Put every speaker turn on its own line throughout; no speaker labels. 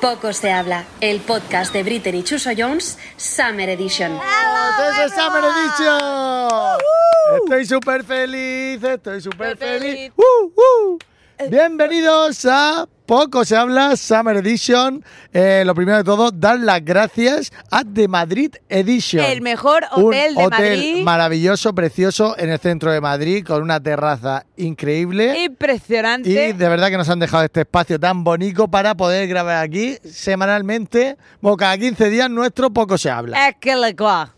Poco se habla, el podcast de Britney y Chuso Jones, Summer Edition.
¡Eso es Summer Edition! Estoy súper feliz, estoy súper feliz.
feliz. Eh.
Uh, uh. Bienvenidos a Poco se habla Summer Edition. Eh, lo primero de todo, dar las gracias a The Madrid Edition.
El mejor
Un
hotel de
hotel
Madrid.
maravilloso, precioso, en el centro de Madrid, con una terraza increíble.
Impresionante.
Y de verdad que nos han dejado este espacio tan bonito para poder grabar aquí semanalmente, o cada 15 días, nuestro Poco se habla.
Es que le coa.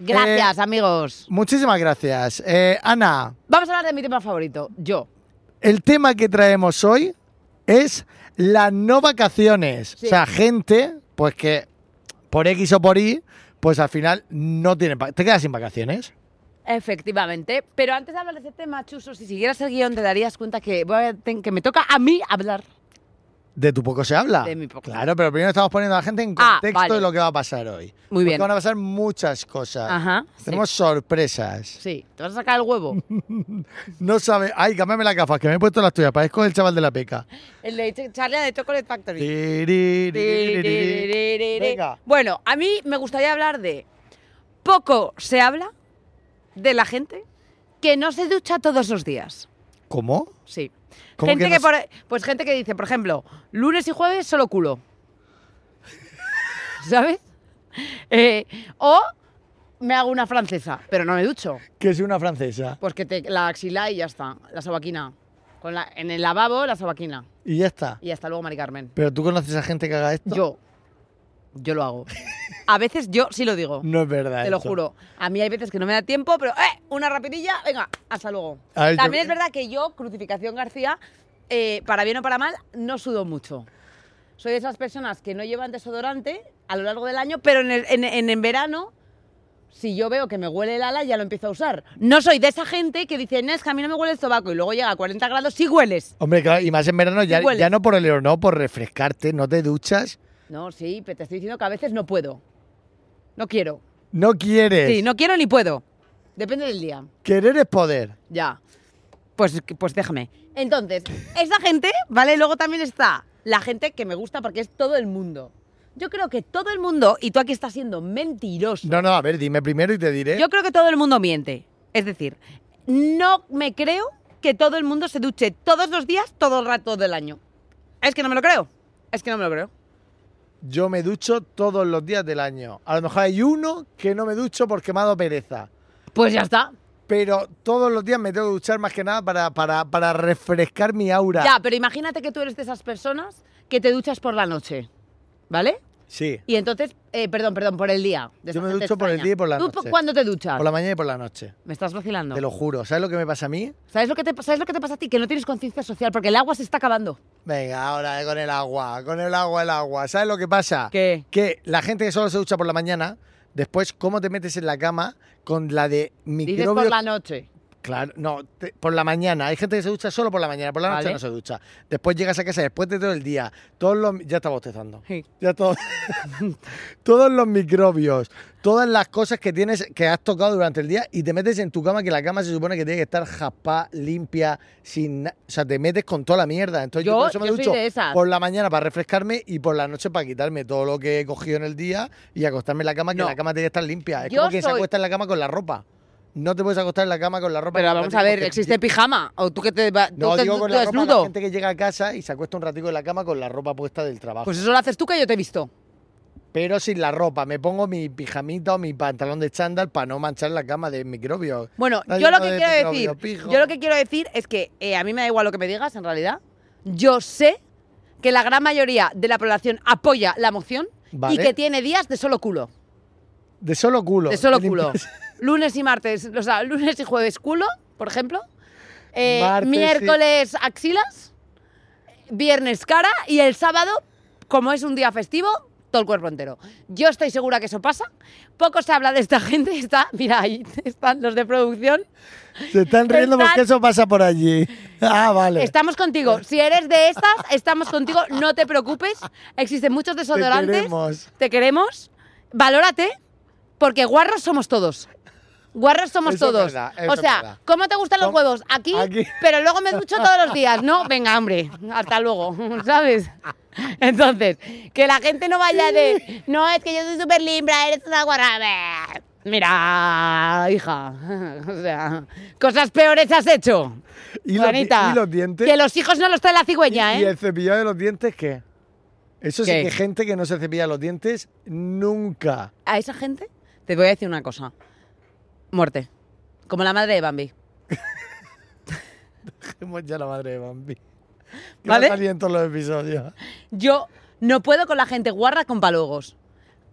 Gracias,
Eh,
amigos.
Muchísimas gracias. Eh, Ana,
Vamos a hablar de mi tema favorito, yo.
el tema que traemos hoy es las no vacaciones.
Sí.
O sea, gente, pues que por X o por Y, pues al final no tiene... pa- ¿Te quedas sin vacaciones?
Efectivamente. Pero antes de hablar de ese tema, Chuso, si siguieras el guión te darías cuenta que, voy a- ten- que me toca a mí hablar.
De tu poco se habla.
De mi poco se
Claro, pero primero estamos poniendo a la gente en
Ah,
contexto
vale.
de lo que va a pasar hoy.
Muy bien.
Porque van a pasar muchas cosas.
Ajá, sí.
Tenemos sorpresas.
Sí, te vas a sacar el huevo.
No sabe. Ay, cámbiame las gafas, que me he puesto las tuyas. Parezco el chaval de la peca.
el de Ch- Charlie de Chocolate Factory.
Venga.
Bueno, a mí me gustaría hablar de poco se habla de la gente que no se ducha todos los días.
¿Cómo?
Sí.
¿Cómo
Gente
que
que,
no se-
por- pues gente que dice, por ejemplo, lunes y jueves solo culo. ¿Sabes? Eh, o me hago una francesa, pero no me ducho.
Que soy una francesa.
Pues que te la axila y ya está, la sobaquina. Con la, en el lavabo, la sobaquina.
Y ya está.
Y hasta luego, Mari Carmen.
¿Pero tú conoces a gente que haga esto?
Yo, yo lo hago. A veces yo sí lo digo.
No es verdad.
Te lo
esto.
juro. A mí hay veces que no me da tiempo, pero ¡eh! Una rapidilla, venga, hasta luego.
A ver, yo-
También es verdad que yo, Crucificación García, eh, para bien o para mal, no sudo mucho. Soy de esas personas que no llevan desodorante a lo largo del año, pero en, el- en- en- en verano, si yo veo que me huele el ala, ya lo empiezo a usar. No soy de esa gente que dice, "No, es que a mí no me huele el sobaco, y luego llega a 40 grados, sí hueles.
Hombre, claro, y más en verano, ya,
Sí hueles.
ya no por el olor, no, por refrescarte, no te duchas.
No, sí, pero te estoy diciendo que a veces no puedo. No quiero.
No quieres.
Sí, no quiero ni puedo. Depende del día.
Querer es poder.
Ya. Pues, pues déjame. Entonces, esa gente, ¿vale? Luego también está la gente que me gusta porque es todo el mundo. Yo creo que todo el mundo, y tú aquí estás siendo mentiroso,
No, eh. no, a ver, dime primero y te diré.
yo creo que todo el mundo miente. Es decir, no me creo que todo el mundo se duche todos los días, todo el rato del año. Es que no me lo creo. Es que no me lo creo.
Yo me ducho todos los días del año. A lo mejor hay uno que no me ducho porque me ha dado pereza.
Pues ya está.
Pero todos los días me tengo que duchar más que nada para, para, para refrescar mi aura.
Ya, pero imagínate que tú eres de esas personas que te duchas por la noche, ¿vale?
Sí.
Y entonces, eh, perdón, perdón, por el día. de
Yo
esa
me
gente
ducho por el
extraña.
día y por la
¿Tú
noche.
cuándo te duchas?
Por la mañana y por la noche.
Me estás vacilando.
Te lo juro. ¿Sabes lo que me pasa a mí?
¿Sabes, lo que te, ¿Sabes lo que te pasa a ti? Que no tienes conciencia social porque el agua se está acabando.
Venga, ahora eh, con el agua, con el agua, el agua. ¿Sabes lo que pasa?
¿Qué?
Que la gente que solo se ducha por la mañana, después, ¿cómo te metes en la cama con la de
Dices
microbios?
por la noche.
Claro, no, te- por la mañana. Hay gente que se ducha solo por la mañana, por la noche
Vale.
no se ducha. Después llegas a casa, después de todo el día, todos los... Ya está bostezando.
Sí.
Ya todo- todos los microbios, todas las cosas que tienes, que has tocado durante el día y te metes en tu cama, que la cama se supone que tiene que estar jaspa, limpia, sin... na- O sea, te metes con toda la mierda. Entonces yo,
Yo-
por eso me
yo soy
ducho
de esas.
por la mañana para refrescarme y por la noche para quitarme todo lo que he cogido en el día y acostarme en la cama, que
No.
la cama tiene que estar limpia. Es
Yo
como que se
soy-
acuesta en la cama con la ropa. No te puedes acostar en la cama con la ropa.
Pero
en la
vamos
cama
a ver,
porque-
¿existe pijama? ¿O tú que te, va- tú
no,
te-
digo
tú
con la ropa, la
desnudo?
gente que llega a casa y se acuesta un ratico en la cama con la ropa puesta del trabajo.
Pues eso lo haces tú que yo te he visto.
pero sin la ropa, me pongo mi pijamita o mi pantalón de chándal para no manchar la cama de microbios.
Bueno,
Está
yo lo
lleno
que
de
quiero
microbios,
decir,
pijo.
yo lo que quiero decir es que eh, a mí me da igual lo que me digas, en realidad. Yo sé que la gran mayoría de la población apoya la moción
Vale.
y que tiene días de solo culo.
De solo culo.
De solo
Lim-
culo. Lunes y martes, o sea, lunes y jueves culo, por ejemplo. Eh,
Martes,
miércoles axilas. Viernes cara. Y el sábado, como es un día festivo, todo el cuerpo entero. Yo estoy segura que eso pasa. Poco se habla de esta gente. Está, mira, ahí están los de producción.
Se están riendo
Están-
porque eso pasa por allí. Ah, vale.
Estamos contigo. Si eres de estas, estamos contigo. No te preocupes. Existen muchos desodorantes.
queremos.
Te queremos. Valórate, porque guarros somos todos. Guarros somos
Eso es
todos.
verdad,
o
eso es
sea,
verdad.
¿cómo te gustan los
¿Cómo?
huevos? Aquí,
Aquí.
pero luego me ducho todos los días, ¿no? Venga, hombre, hasta luego, ¿sabes? Entonces, que la gente no vaya de. No, es que yo soy súper limpia, eres una guarra. Mira, hija. O sea, cosas peores has hecho.
¿Y los di-
Juanita.
y los dientes?
Que los hijos no los trae la cigüeña,
¿Y
¿eh?
el cepillado de los dientes qué? Eso sí
¿Qué?
que gente que no se cepilla los dientes nunca.
A esa gente te voy a decir una cosa. Muerte. Como la madre de Bambi.
Hemos ya la madre de Bambi. Que
¿Vale?
va a salir en todos los episodios.
Yo no puedo con la gente guarra con palogos.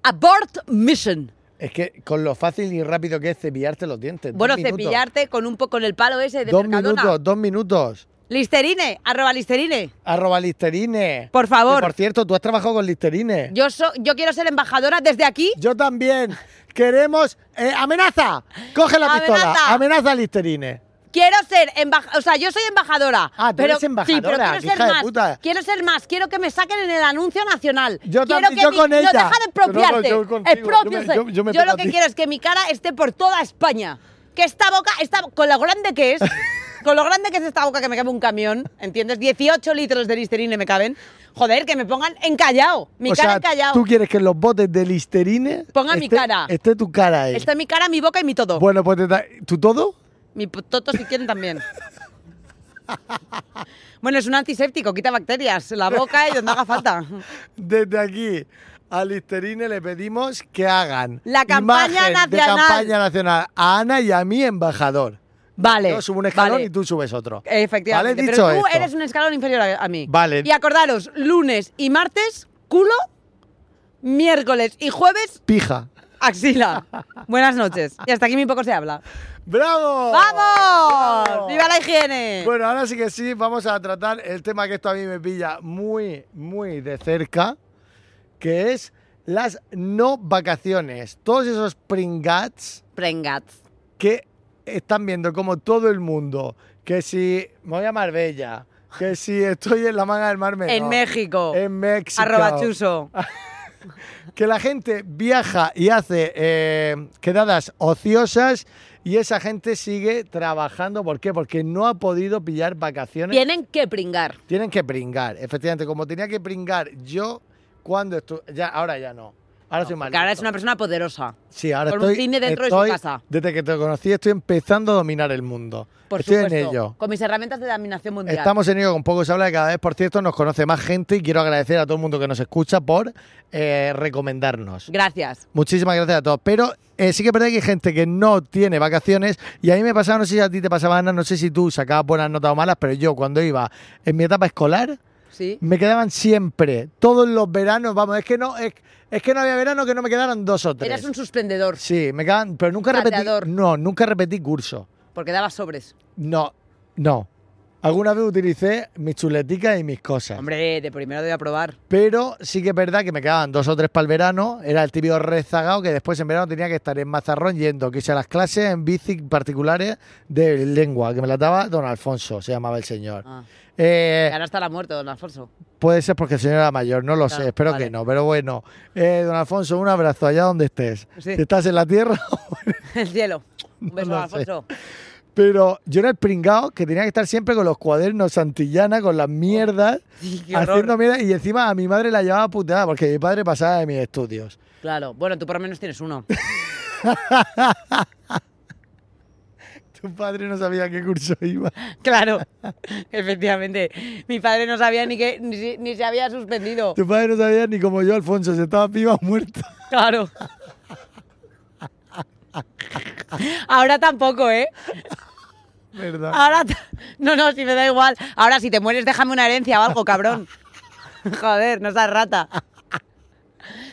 Abort mission.
Es que con lo fácil y rápido que es cepillarte los dientes. dos
Bueno,
minutos.
cepillarte con un poco con el palo ese de
Dos
Mercadona.
minutos, dos minutos.
Listerine, arroba Listerine.
Arroba Listerine.
Por favor.
Que, por cierto, tú has trabajado con Listerine.
Yo, so- yo quiero ser embajadora desde aquí.
Yo también. Queremos. eh, ¡Amenaza! Coge la pistola.
Amenaza.
Amenaza a Listerine.
Quiero ser embajadora. O sea, yo soy embajadora.
Ah, tú eres embajadora,
Sí, pero quiero ser
hija de
más.
puta.
Quiero ser más. Quiero que me saquen en el anuncio nacional.
Yo
quiero
también,
que
yo
mi-
con ella.
No, deja de
Pero no,
expropiarte.
yo contigo,
Expropiose.
yo me- yo- yo me
Yo
pego
lo
a
que
ti.
quiero es que mi cara esté por toda España. Que esta boca, esta, con lo grande que es, con lo grande que es esta boca que me cabe un camión, ¿entiendes? 18 litros de Listerine me caben. Joder, que me pongan encallado. Mi
o
cara
sea,
encallado.
tú quieres que en los botes de Listerine.
Ponga mi
esté-
cara.
Esté tu cara ahí.
Está mi cara, mi boca y mi todo.
Bueno, pues te da- ¿tú todo?
Mi po- toto si quieren también. Bueno, es un antiséptico, quita bacterias. La boca y donde haga falta.
Desde aquí a Listerine le pedimos que hagan
La campaña
imagen de
nacional.
campaña nacional a Ana y a mí embajador.
Vale.
Yo subo un escalón
vale.
y tú subes otro.
Efectivamente.
Vale,
pero
dicho
tú
esto.
eres un escalón inferior a, a mí.
Vale.
Y acordaros, lunes y martes, culo. Miércoles y jueves,
Pija.
axila. Buenas noches. Y hasta aquí mi poco se habla.
¡Bravo!
¡Vamos!
¡Bravo!
¡Viva la higiene!
Oh. Bueno, ahora sí que sí, vamos a tratar el tema que esto a mí me pilla muy, muy de cerca, que es las no vacaciones. Todos esos pringats
Prengats.
que están viendo como todo el mundo, que si me voy a Marbella, que si estoy en la manga del Mar Menor,
En México.
en México,
Arroba chuso.
que la gente viaja y hace eh, quedadas ociosas y esa gente sigue trabajando. ¿Por qué? Porque no ha podido pillar vacaciones.
Tienen que pringar.
Tienen que pringar, efectivamente. Como tenía que pringar yo cuando estuve. Ya, ahora ya no. Ahora soy más.
Porque ahora es
listo.
una persona poderosa.
Sí, ahora
con un
estoy.
cine dentro de su
estoy-
casa.
Desde que te conocí estoy empezando a dominar el mundo.
Por
estoy
supuesto.
en ello.
Con mis herramientas de dominación mundial.
Estamos en ello con Poco se habla, que cada vez, por cierto, nos conoce más gente y quiero agradecer a todo el mundo que nos escucha por eh, recomendarnos.
Gracias.
Muchísimas gracias a todos. Pero eh, sí que es verdad que hay gente que no tiene vacaciones y a mí me pasaba, no sé si a ti te pasaba, Ana, no sé si tú sacabas buenas notas o malas, pero yo cuando iba en mi etapa escolar
Sí.
me quedaban siempre, todos los veranos, vamos, es que no, es, es que no había verano que no me quedaran dos o tres.
Eras un suspendedor
Sí, me quedaban, pero nunca repetí,
Pateador.
no, nunca repetí curso.
porque dabas sobres.
No, no. Alguna vez utilicé mis chuleticas y mis cosas.
Hombre, de primero debía probar.
Pero sí que es verdad que me quedaban dos o tres para el verano. Era el típico rezagado que después en verano tenía que estar en Mazarrón yendo, que hice las clases en bici particulares de lengua, que me la daba don Alfonso, se llamaba el señor.
Ah.
Eh,
Ahora estará muerto, don Alfonso.
puede ser porque el señor era mayor, no lo
Claro,
sé, espero
Ah, vale.
que no. Pero bueno, Eh, don Alfonso, un abrazo allá donde estés.
Sí.
Si estás en la tierra.
El cielo. Un beso,
lo
don Alfonso.
Pero yo era el pringao que tenía que estar siempre con los cuadernos santillana, con las mierdas,
Sí, qué horror.
haciendo mierda. Y encima a mi madre la llevaba puteada porque mi padre pasaba de mis estudios.
Claro. Bueno, tú por lo menos tienes uno.
Tu padre no sabía a qué curso iba.
Claro. Efectivamente. Mi padre no sabía ni que ni, si- ni se había suspendido.
Tu padre no sabía ni como yo, Alfonso, si estaba viva o muerta.
Claro. Ahora tampoco, ¿eh?
¿Verdad?
Ahora. t- No, no, si me da igual. Ahora, si te mueres, déjame una herencia o algo, cabrón. Joder, no seas rata.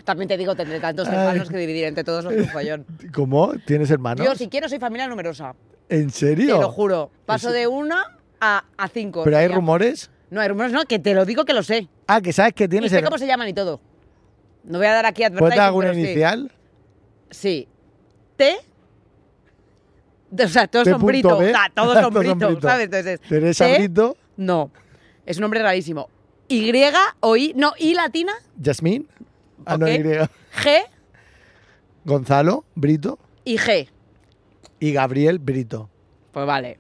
También te digo, tendré tantos
Ay.
hermanos que dividir entre todos los un follón.
¿Cómo? ¿Tienes hermanos?
Yo, si quiero, soy familia numerosa.
¿En
Te
serio?
lo juro. Paso de una a, a cinco.
¿Pero hay
Ya.
rumores?
No, hay rumores, no, que te lo digo que lo sé.
Ah, que sabes que
Y
tienes
sé
her-
cómo se llaman y todo. No voy a dar aquí
¿Puedes
advertising,
dar alguna
pero sí.
inicial?
Sí. T. O sea, todos
T
son
punto
britos.
B.
O sea, todos son britos, ¿sabes? Entonces, ¿eh?
Teresa
T,
Brito,
No. Es un nombre rarísimo. Y o I. No, I latina.
Yasmín, ah, no,
Ok.
Y.
G
Gonzalo Brito
y G.
y Gabriel Brito.
Pues vale.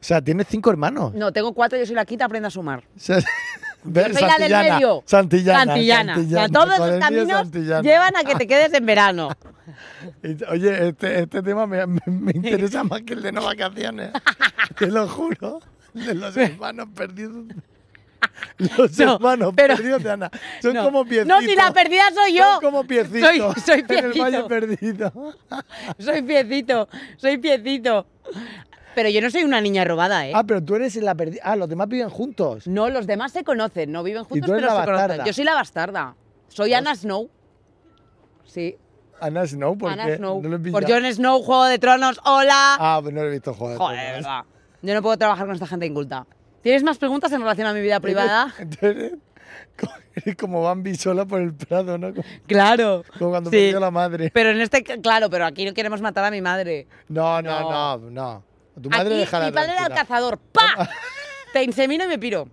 O sea, tienes cinco hermanos.
No, tengo cuatro, yo soy la quinta, aprenda a sumar.
O sea, Ver,
Vela del
Eh, Santillana,
medio.
Santillana,
Santillana. O sea,
Santillana,
todos
con el
los
mío
caminos
Santillana.
llevan a que te quedes en verano.
Y- Oye, este, este tema me, me- me interesa más que el de no vacaciones. Te lo juro. De los hermanos perdidos. Los
No,
hermanos
pero-
perdidos de Ana. Son
No.
como piecitos.
No, si la perdida soy yo.
Son como piecitos.
Soy- soy
En el valle
piecito.
perdido.
Soy piecito, soy piecito. Pero yo no soy una niña robada, ¿eh?
Ah, pero tú eres la perdida. Ah, los demás viven juntos.
No, los demás se conocen, no viven juntos,
tú eres
pero
la
se conocen.
bastarda. Pues
Yo soy la bastarda. Soy Anna Snow. Sí,
Ana Snow, ¿por
Anna
qué?
Snow.
No lo he
Por
pillado.
Jon Snow, Juego de Tronos, hola.
Ah, no lo he visto joder.
Joder, de
pues,
verdad. Yo no puedo trabajar con esta gente inculta. ¿Tienes más preguntas en relación a mi vida privada?
Eres, eres pues, como Bambi sola por el prado, ¿no? Como,
Claro.
como cuando
Sí.
perdió la madre.
Pero en este, ca- claro, pero aquí no queremos matar a mi madre.
No, no,
No.
no, no. Tu madre
aquí
déjala
mi padre era el
tranquila.
cazador. ¡Pa! Te insemino y me piro.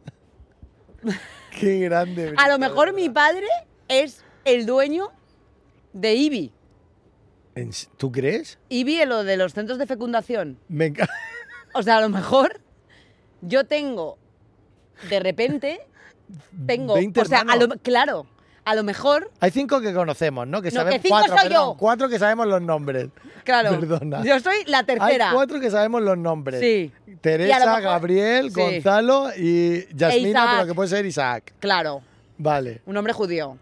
Qué grande.
A
Brito,
lo
de
mejor mi
verdad.
padre es el dueño de IBI.
¿En s- ¿Tú crees?
IBI es lo de los centros de fecundación.
Me encanta.
O sea, a lo mejor yo tengo, de repente, tengo...
20
o sea, a lo-
hermanos.
claro, a lo mejor,
Hay cinco que conocemos, ¿no? Que
No,
sabemos
que cinco
cuatro,
soy yo.
perdón, cuatro que sabemos los nombres.
claro,
Perdona.
yo soy la tercera.
Hay cuatro que sabemos los nombres.
Sí. Y a
Teresa,
lo mejor-
Gabriel,
Sí.
Gonzalo y Yasmina,
Isaac.
pero que puede ser Isaac.
Claro,
Vale.
un hombre judío.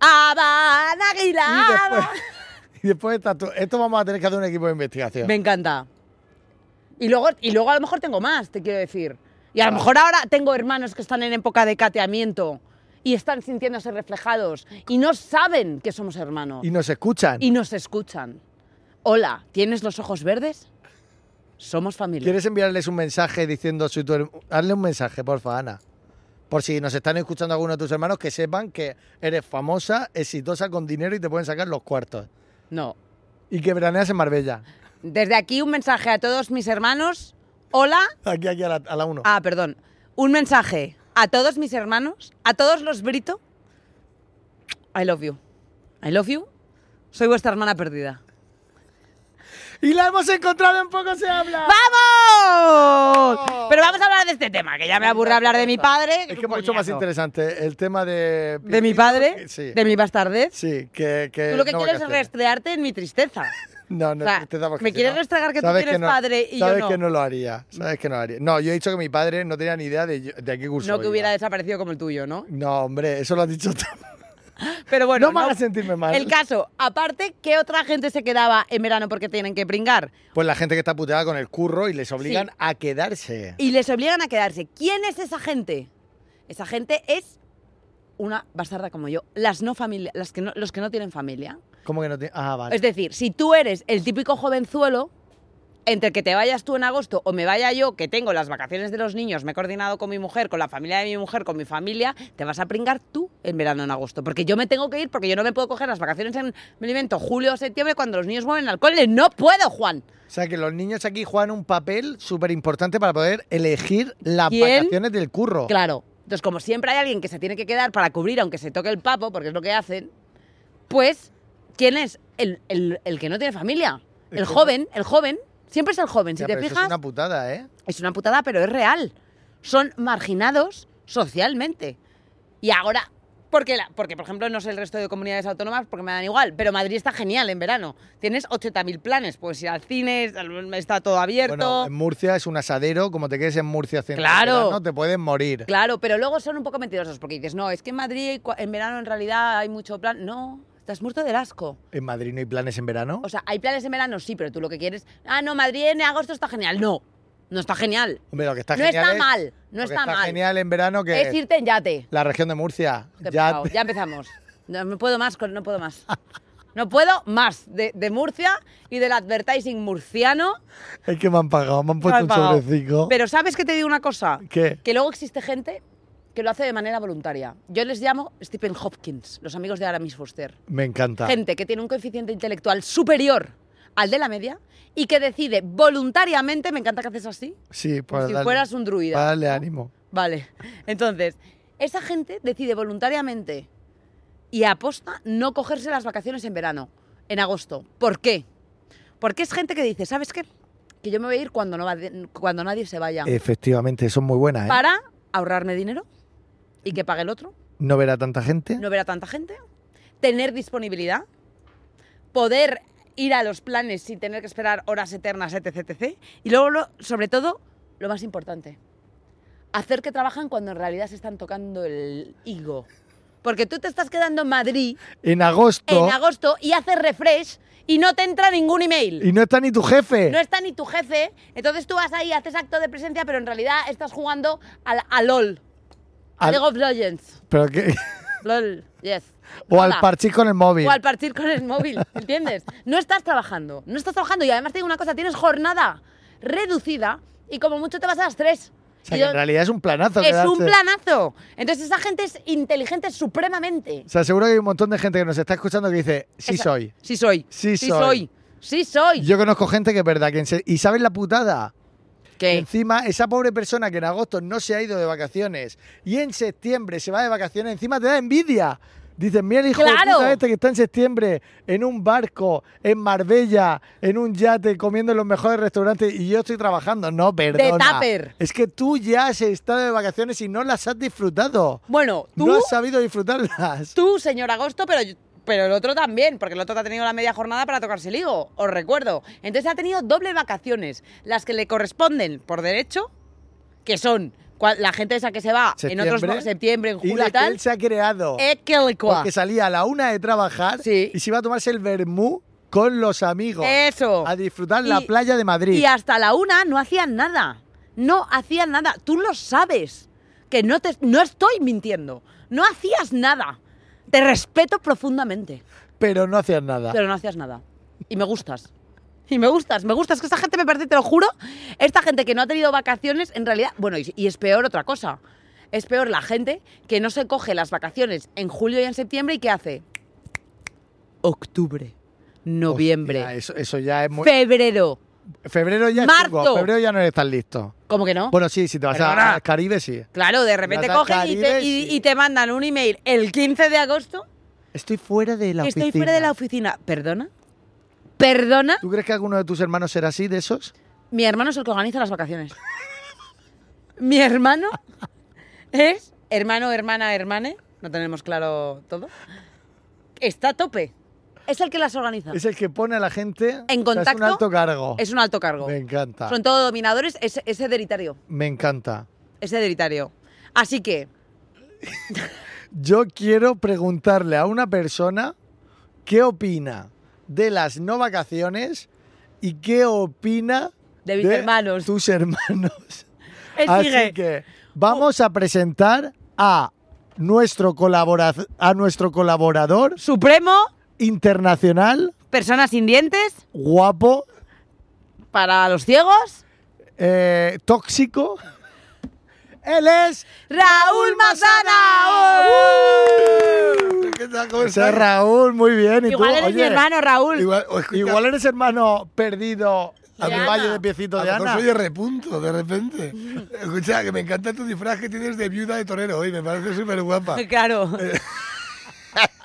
¡Habana,
Y después,
Aguilar!
y después está tú. Esto vamos a tener que hacer un equipo de investigación.
Me encanta. Y luego, y luego a lo mejor tengo más, te quiero decir. Y a lo mejor ahora tengo hermanos que están en época de cateamiento y están sintiéndose reflejados y no saben que somos hermanos
Y nos escuchan.
y nos escuchan. Hola, ¿tienes los ojos verdes? Somos familia.
¿Quieres enviarles un mensaje diciendo soy tu hermano? Hazle un mensaje, porfa, Ana. Por si nos están escuchando algunos de tus hermanos, que sepan que eres famosa, exitosa, con dinero y te pueden sacar los cuartos.
No.
Y que veraneas en Marbella.
Desde aquí un mensaje a todos mis hermanos. Hola.
Aquí, aquí, a la, a la uno.
Ah, perdón. Un mensaje a todos mis hermanos, a todos los Brito. I love you. I love you. Soy vuestra hermana perdida.
Y la hemos encontrado en Poco Se Habla.
¡Vamos! Pero vamos a hablar de este tema, que ya me aburre hablar de mi padre.
Es
es
que
un
es mucho más
coñazo.
interesante el tema de...
De mi padre,
Sí,
de mi bastardez.
sí que, que...
Tú lo que
no
quieres es
vacaciones.
restrearte en mi tristeza.
No, no,
O sea,
te damos
¿me
que
quieres
no.
restregar que tú
Sabes
tienes padre y yo
sabes
no?
que no lo haría. Sabes que no lo haría. No, yo he dicho que mi padre no tenía ni idea de, yo- de a qué curso
No que
iba.
hubiera desaparecido como el tuyo, ¿no?
No, hombre, eso lo has dicho tú.
Pero bueno.
No me hagas sentirme mal.
El caso, aparte, ¿qué otra gente se quedaba en verano porque tienen que pringar?
Pues la gente que está puteada con el curro y les obligan
Sí.
a quedarse.
Y les obligan a quedarse. ¿Quién es esa gente? Esa gente es una bastarda como yo. Las no familia, las que no, los que no tienen familia.
¿Cómo que no tiene? Ah, vale.
Es decir, si tú eres el típico jovenzuelo, entre que te vayas tú en agosto o me vaya yo, que tengo las vacaciones de los niños, me he coordinado con mi mujer, con la familia de mi mujer, con mi familia, te vas a pringar tú en verano en agosto. Porque yo me tengo que ir, porque yo no me puedo coger las vacaciones en me invento, julio o septiembre cuando los niños mueven al cole. ¡No puedo, Juan!
O sea que los niños aquí juegan un papel súper importante para poder elegir las
¿Quién?
vacaciones del curro.
Claro. Entonces, como siempre hay alguien que se tiene que quedar para cubrir, aunque se toque el papo, porque es lo que hacen, pues, ¿quién es? El, el- el que no tiene familia.
El
El,
que no-
joven, el joven. Siempre es el joven. Si
Ya,
te
pero eso
fijas,
es una putada, ¿eh?
Es una putada, pero es real. Son marginados socialmente. Y ahora, porque, la, porque por ejemplo, no sé el resto de comunidades autónomas porque me dan igual, pero Madrid está genial en verano. Tienes 80.000 planes, puedes ir al cine, es- está todo abierto.
Bueno, en Murcia es un asadero, como te quedes en Murcia haciendo
Claro.
no te pueden morir.
Claro, pero luego son un poco mentirosos porque dices, no, es que en Madrid cua- en verano en realidad hay mucho plan. No, estás muerto del asco.
En Madrid no hay planes en verano.
O sea, hay planes en verano, sí, pero tú lo que quieres. Ah, no, Madrid en agosto está genial. No, no está genial.
Hombre, lo que está
no
genial
está
es-
mal, no
lo que
está mal.
genial en verano que
Es irte en yate.
la región de Murcia.
Qué
Ya,
pesado. ya empezamos. No me puedo más, con- no puedo más. No puedo más de, de Murcia y del advertising murciano.
es que me han pagado, me han puesto
Me han pagado.
un sobrecito.
Pero ¿sabes que te digo una cosa?
¿Qué?
Que luego existe gente que lo hace de manera voluntaria. Yo les llamo Stephen Hopkins, los amigos de Aramis Foster.
Me encanta.
Gente que tiene un coeficiente intelectual superior al de la media y que decide voluntariamente, me encanta que haces así,
Sí, para
como si
darle-
fueras un druida.
para darle ánimo.
Vale. Entonces, esa gente decide voluntariamente y aposta no cogerse las vacaciones en verano, en agosto. ¿Por qué? Porque es gente que dice, ¿sabes qué? Que yo me voy a ir cuando, no va- cuando nadie se vaya.
Efectivamente, son muy buenas, ¿eh?
Para ahorrarme dinero, y que pague el otro.
no ver a tanta gente.
no ver a tanta gente, tener disponibilidad, poder ir a los planes sin tener que esperar horas eternas, etc. etc. Y luego, lo- sobre todo, lo más importante, hacer que trabajan cuando en realidad se están tocando el higo. Porque tú te estás quedando en Madrid
En agosto.
en agosto y haces refresh y no te entra ningún email.
y no está ni tu jefe.
No está ni tu jefe, entonces tú vas ahí, haces acto de presencia, pero en realidad estás jugando al, a LOL, a
Al-
League of Legends.
Pero que-
LOL, yes.
o al
Nada.
parchís con el móvil.
O al partir con el móvil, ¿entiendes? No estás trabajando, no estás trabajando. Y además te digo una cosa, tienes jornada reducida y como mucho te vas a las 3.
O sea, que en realidad es un planazo.
es un
quedarse.
planazo. Entonces esa gente es inteligente supremamente.
O sea, seguro que hay un montón de gente que nos está escuchando que dice, sí
Esa-
soy.
Sí soy.
Sí
sí
soy.
soy. Sí soy.
Yo conozco gente que es verdad. Que en se- ¿Y sabes la putada?
¿Qué?
Encima, esa pobre persona que en agosto no se ha ido de vacaciones y en septiembre se va de vacaciones, encima te da envidia. Dices, mira el hijo de
¡Claro!
puta este que está en septiembre en un barco, en Marbella, en un yate, comiendo en los mejores restaurantes y yo estoy trabajando. No, perdona.
tupper.
Es que tú ya has estado de vacaciones y no las has disfrutado.
Bueno, tú,
No has sabido disfrutarlas.
tú, señor Agosto, pero, yo- pero el otro también, porque el otro te ha tenido la media jornada para tocarse el higo, os recuerdo. Entonces ha tenido doble vacaciones, las que le corresponden por derecho, que son cua- la gente esa que se va en otros mo- septiembre, en
y
julio
la
y,
que
tal.
él se ha creado.
Ekelkua.
Porque salía a la una de trabajar
Sí. Eh,
y se iba a tomarse el vermú con los amigos.
Eso.
A disfrutar la
Y-
playa de Madrid.
Y hasta la una no hacían nada. No hacían nada. Tú lo sabes. Que no, te, no estoy mintiendo. No hacías nada. Te respeto profundamente.
Pero no hacías nada.
Pero no hacías nada. Y me gustas. Y me gustas, me gustas. Que esta gente me parece, te lo juro, esta gente que no ha tenido vacaciones, en realidad, bueno, y, y es peor otra cosa. Es peor la gente que no se coge las vacaciones en julio y en septiembre y que hace octubre, noviembre,
Hostia, eso, eso ya es muy.
febrero.
febrero ya
Marzo.
estuvo, Febrero ya no eres tan listo.
¿Cómo que no?
Bueno, sí, si te vas a-
Perdona.
al Caribe, sí.
claro, de repente
Las
cogen y
Caribe,
te, y-
sí.
y te mandan un email el 15 de agosto
Estoy fuera de la
que estoy
oficina.
fuera de la oficina. ¿Perdona? ¿Perdona?
¿Tú crees que alguno de tus hermanos será así, de esos?
Mi hermano es el que organiza las vacaciones. Mi hermano es hermano, hermana, hermane. No tenemos claro todo. Está a tope. Es el que las organiza.
Es el que pone a la gente. o sea,
En
es un
contacto,
alto cargo.
Es un alto cargo.
Me encanta.
Son todos dominadores. Es, es hereditario.
Me encanta.
Es hereditario. Así que,
Yo quiero preguntarle a una persona qué opina de las no vacaciones y qué opina
De mis hermanos.
Tus hermanos.
Él
Así
sigue.
que vamos a presentar a nuestro colabora- a nuestro colaborador
Supremo,
internacional,
personas sin dientes,
guapo,
para los ciegos,
eh, tóxico. Él es
Raúl
¡Uh!
¿Qué tal? ¿Cómo
O sea,
estás?
Raúl, muy bien. ¿Y tú?
Igual eres mi
Oye,
hermano, Raúl.
Igual, o escucha,
Igual eres hermano perdido
De
a mi
Ana.
valle de piecito
a
de
lo mejor
Ana.
soy de repunto, de repente. Escucha, que me encanta tu disfraz que tienes de viuda de torero hoy, me parece súper guapa.
Claro.
Eh,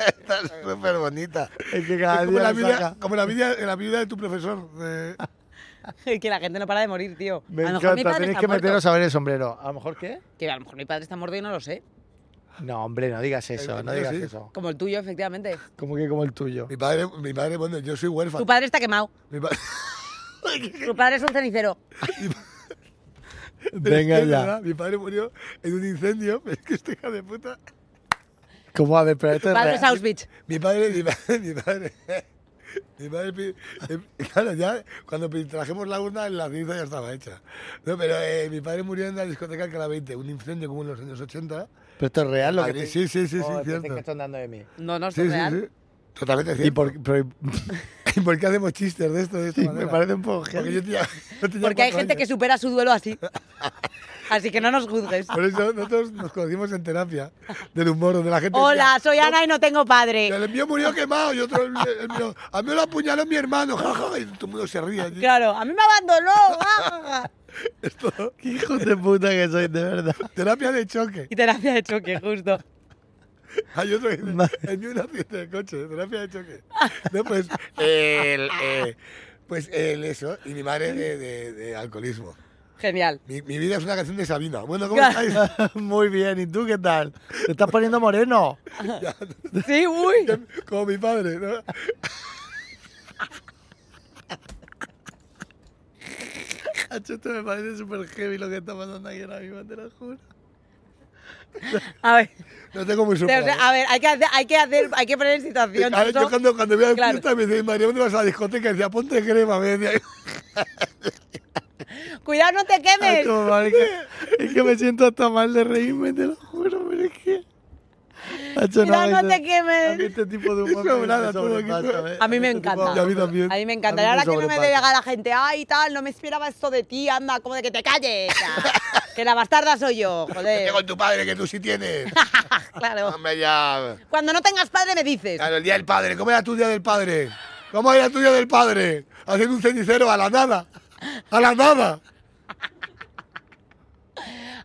Estás súper bonita.
Es que cada
como,
día
la
lo
viuda,
saca.
como la viuda, la viuda de tu profesor. de-
que la gente no para de morir, tío.
Me
a lo mejor mi
encanta,
padre
tenéis
está
que
muerto.
meteros a ver el sombrero. ¿A lo mejor qué?
Que a lo mejor mi padre está muerto y no lo sé.
No, hombre, no digas eso,
El
no
mío
digas
sí.
eso.
Como el tuyo, efectivamente.
Como que como el tuyo.
mi padre, mi padre, bueno, yo soy
Tu
huérfano.
padre está quemado.
Mi pa-
Tu padre es un cenicero.
Es
Venga
que es
ya.
verdad, Mi padre murió en un incendio, es que este hija de puta.
¿Cómo a ver? Pero esto
Tu
es
padre
real.
es Auschwitz.
Mi padre, mi padre, mi padre. Mi padre, pi- eh, claro, ya cuando pi- trajimos la urna, la ceniza ya estaba hecha. No, pero eh, mi padre murió en la discoteca Alcalá 20, un incendio como en los años 80.
Pero esto es real lo que
Madrid,
te-
sí, sí, sí, sí,
Joder, pensé
cierto.
que están dando de mí.
No, no, es
Sí, sí,
real.
sí. Totalmente
¿Y
cierto.
por, pero-
¿Y por qué hacemos chistes de esto? De esta
sí, me
manera?
parece un poco heavy.
Porque yo tenía- yo tenía
Porque hay
cuatro
gente que
años.
supera su duelo así. Así que no nos juzgues.
Por eso nosotros nos conocimos en terapia del humor, donde la gente.
Hola,
decía,
soy Ana y no tengo padre.
El mío murió quemado y otro. El, el mío, a mí lo apuñaló mi hermano, jaja, y todo el mundo se ríe. allí.
Claro, a mí me abandonó. Ah. ja, ja, ja.
Esto-
Qué hijo de puta que soy, de verdad.
terapia de choque.
Y terapia de choque, justo.
Hay otro que dice,
Madre.
el mío un accidente de coche, terapia de choque. No, pues, el, eh, pues el eso, y mi madre de, de- de alcoholismo.
Genial.
Mi, mi vida es una canción de Sabina. Bueno, ¿cómo
Claro.
estáis?
Muy bien, ¿y tú qué tal? ¿Te estás poniendo moreno?
Sí, uy.
Como mi padre, ¿no?
Hacho, Esto me parece súper heavy lo que está pasando aquí ahora mismo, te lo juro.
A ver,
No tengo muy
te-
superado.
ah,
a ver, hay que hacer, hay que hacer, hay que poner en situación.
A ver, yo
Chuso.
cuando, cuando voy a
Claro.
fiesta me decía, María, ¿dónde vas a la discoteca? Y decía, ponte crema. Me decía,
Cuidado, no te
Ay,
quemes.
tu mamá, es, que, es que me siento hasta mal de reírme, te lo juro, pero es que. Hacho,
Mira, no
esto-
te quemes.
A mí este tipo de humor
Eso,
me
nada, todo aquí,
sobrepasa,
todo.
¿eh?
A mí me
este tipo-
encanta.
Y a mí también.
A mí me encanta.
A
Y
mí me
ahora que no me
sobrepasa.
llega la gente, ay, tal, no me esperaba esto de ti, anda, como de que te calles. ya. que la bastarda soy yo, joder.
"Vete con tu padre, que tú sí tienes.
claro.
Hombre, ya.
Cuando no tengas padre me dices.
Claro, el día del padre. ¿Cómo era tu día del padre? ¿Cómo era tu día del padre? Haciendo un cenicero a la nada. A la nada.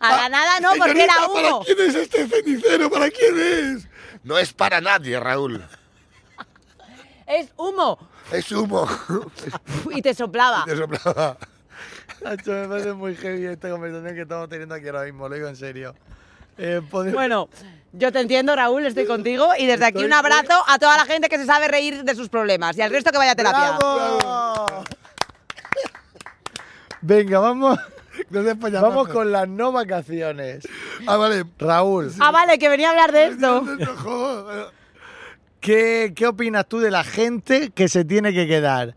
A la nada no, porque
Ah, Señorita,
era
¿Para
humo.
quién es este cenicero? ¿Para quién es? No es para nadie, Raúl.
Es humo.
Es humo.
Y te soplaba.
Te soplaba.
Hacho, me parece muy heavy esta conversación que estamos teniendo aquí ahora mismo, lo digo en serio. Eh, podemos-
Bueno, yo te entiendo, Raúl, estoy contigo. Y desde aquí
Estoy
un abrazo a toda la gente que se sabe reír de sus problemas. Y al resto que vaya a terapia.
¡Bravo! Venga, vamos,
Entonces, pues, ya
vamos con las no vacaciones.
Ah, vale.
Raúl,
Ah, vale, que venía a hablar de esto.
No, joder.
¿qué, ¿qué opinas tú de la gente que se tiene que quedar?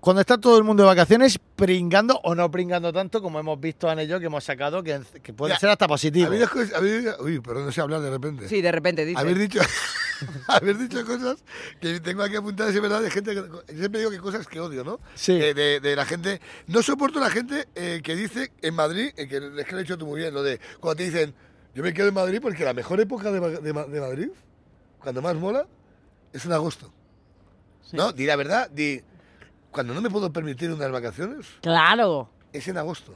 Cuando está todo el mundo de vacaciones, pringando o no pringando tanto, como hemos visto Ana y yo, que hemos sacado, que, que puede
Ya,
ser hasta positivo.
Habéis cosas- habéis- uy, perdón, no sé hablar de repente.
Sí, de repente dice.
Habéis dicho, habéis dicho cosas que tengo aquí apuntadas, es verdad, de gente que... yo Siempre digo que cosas que odio, ¿no?
Sí.
Eh, de, de la gente... No soporto la gente eh, que dice en Madrid, eh, que es que lo he hecho tú muy bien, lo de cuando te dicen, yo me quedo en Madrid porque la mejor época de, Ma- de Ma- de Madrid, cuando más mola, es en agosto. ¿No? Di la verdad, di... Cuando no me puedo permitir unas vacaciones,
Claro.
es en agosto.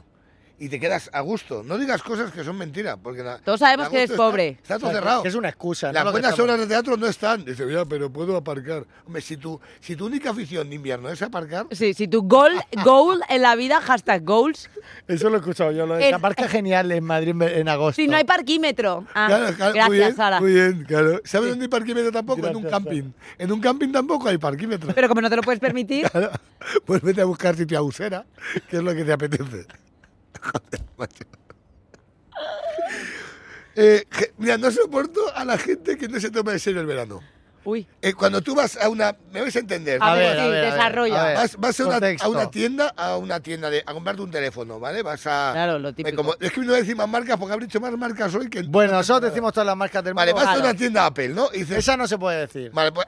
Y te quedas a gusto. No digas cosas que son mentira, porque... en a-
Todos sabemos
en
que eres
agosto está-
pobre.
Está,
O sea,
todo
que-
cerrado.
que es una excusa. ¿no?
Las
Lo que
buenas
estamos-
obras de teatro no están. Dice, ya, pero puedo aparcar. Hombre, si tu, si tu única afición de invierno es aparcar,
Sí, si tu goal, goal en la vida, hashtag goals,
Eso lo he escuchado yo. Lo de
Es-
la parca genial en Madrid en, en agosto.
si no hay parquímetro. Ah,
claro, claro,
gracias,
muy bien,
Sara.
muy bien, claro. ¿Sabes dónde hay parquímetro tampoco? en un
Gracias,
camping. En un camping tampoco hay parquímetro.
Pero como no te lo puedes permitir,
Claro. Pues vete a buscar sitio a usera, que es lo que te apetece. Joder, macho. Eh, je- mira, no soporto a la gente que no se toma en serio el verano.
uy,
Eh, cuando tú vas a una... Me vais a entender.
A
¿no?
ver, sí, desarrolla.
ver,
Vas, vas a, una,
contexto.
a una tienda, a una tienda de, a comprarte un teléfono, ¿vale? Vas a.
Claro, lo típico.
Eh, como- es que no voy a decir más marcas porque habré dicho más marcas hoy que.
Bueno, nosotros decimos todas las marcas del
vale,
mundo.
vas a
claro.
una tienda Apple, ¿no? Y dices.
Esa no se puede decir.
Vale, pues.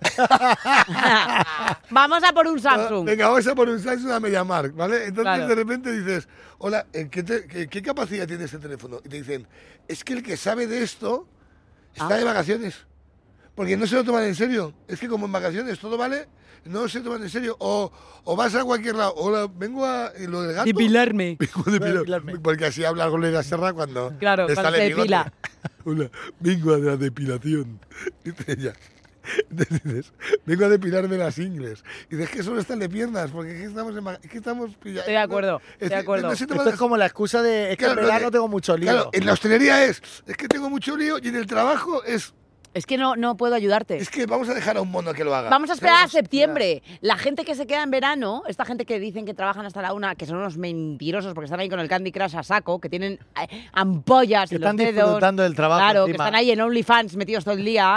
vamos a por un Samsung.
Ah, Venga, vamos a por un Samsung a MediaMark, ¿vale? Entonces
Claro.
de repente dices, hola, eh, ¿qué, te- qué- qué capacidad tiene este teléfono? Y te dicen, es que el que sabe de esto está
Ah.
de vacaciones. Porque no se lo toman en serio. Es que como en vacaciones todo vale, no se toman en serio. O, o vas a cualquier lado. Hola, vengo a eh, lo del gato.
Depilarme.
Vengo de Pilar,
depilarme.
Porque así habla con la Serra cuando
Claro,
le
cuando
sale
se
el bigote.
depila.
Hola, vengo a la depilación. Dice ella. Entonces dices, vengo a depilarme las ingles. Y dices que solo están de piernas, porque es que estamos, en, ma- es que estamos pillados.
Estoy de acuerdo, estoy de acuerdo.
Esto es como la excusa de es que en verano tengo mucho lío.
Claro, en la hostelería es, es que tengo mucho lío y en el trabajo es,
Es que no, no puedo ayudarte.
es que vamos a dejar a un mono que lo haga.
Vamos a esperar a septiembre. La gente que se queda en verano, esta gente que dicen que trabajan hasta la una, que son unos mentirosos porque están ahí con el Candy Crush a saco, que tienen eh, ampollas
Que
en los
están
dedos.
disfrutando del trabajo
Claro, que
encima.
están ahí en OnlyFans metidos todo el día.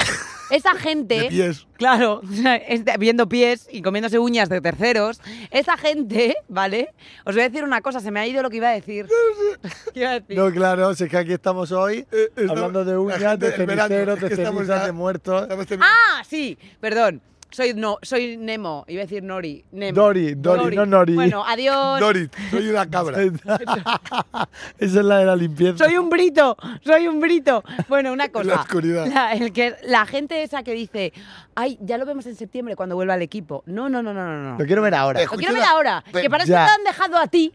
Esa gente...
De pies.
Claro, este- viendo pies y comiéndose uñas de terceros. Esa gente, ¿vale? Os voy a decir una cosa, se me ha ido lo que iba a decir. ¿Qué iba a decir?
No, claro, si es que aquí estamos hoy
Eh, estamos-
hablando de
la
uñas,
gente
de
del verano,
ceniceros,
es
de
que estamos
cenizas,
ya-
de muertos.
Estamos termi-
Ah, sí, perdón. Soy, no, soy Nemo, iba a decir Nori. Nemo.
Dory, Dory, no Nori.
Bueno, adiós.
Dorit, soy una cabra.
Esa es la de la limpieza.
Soy un brito, soy un brito. Bueno, una cosa.
la oscuridad.
La, el que, la gente esa que dice, ay, ya lo vemos en septiembre cuando vuelva al equipo. No, no, no, no, no. no.
Lo quiero ver ahora.
Eh,
Lo quiero ver
Escucha,
ahora.
pero-
Que para eso te
Ya.
han dejado a ti,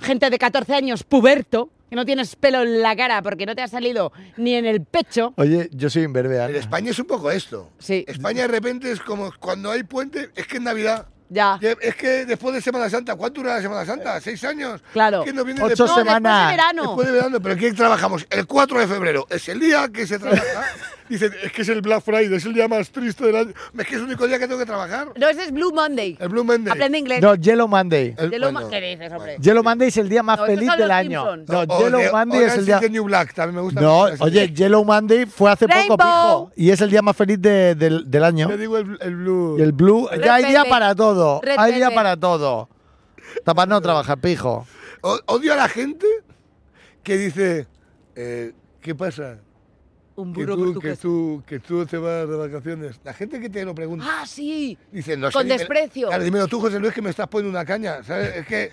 gente de 14 años puberto, que no tienes pelo en la cara porque no te ha salido ni en el pecho.
Oye, yo soy imberbe, ¿eh?
En
Ana.
España es un poco esto.
Sí.
España de repente es como cuando hay puente, es que en Navidad.
Ya.
Ya, Es que después de Semana Santa, ¿cuánto dura la Semana Santa? ¿Seis años?
Eh, Claro.
Que no viene
Ocho
después-
No, después de
semanas.
verano.
Después de verano, pero ¿qué trabajamos? El 4 de febrero es el día que se trabaja. Dicen, es que es el Black Friday, es el día más triste del año. Es que es el único día que tengo que trabajar.
No, ese es Blue Monday.
El Blue Monday.
Aprende inglés.
No, Yellow Monday.
El-
de lo
bueno,
más que dices, hombre.
bueno.
Yellow Monday es el día más
No, esos
feliz
son
del
los
año.
Simpsons.
No,
O
Yellow
de
Monday es
Orange
el
is
día.
the New Black, también me gusta.
No,
mucho ese
oye,
día.
Yellow Monday fue hace poco,
Rainbow.
pijo. Y es el día más feliz de- del, del año.
Yo digo el, el Blue.
Y el blue.
Red
ya hay día
velvet.
para todo.
Red
hay día
velvet.
para todo. Está para no trabajar, pijo.
O- Odio a la gente que dice, eh, ¿qué pasa?
Un
Que
burro
tú, que,
portugués.
tú, que tú te vas de vacaciones. La gente que te lo pregunta.
Ah, sí.
Dicen, no sé,
Con
dímelo-
desprecio.
Claro, dímelo tú, José Luis, que me estás poniendo una caña, ¿sabes? Es que...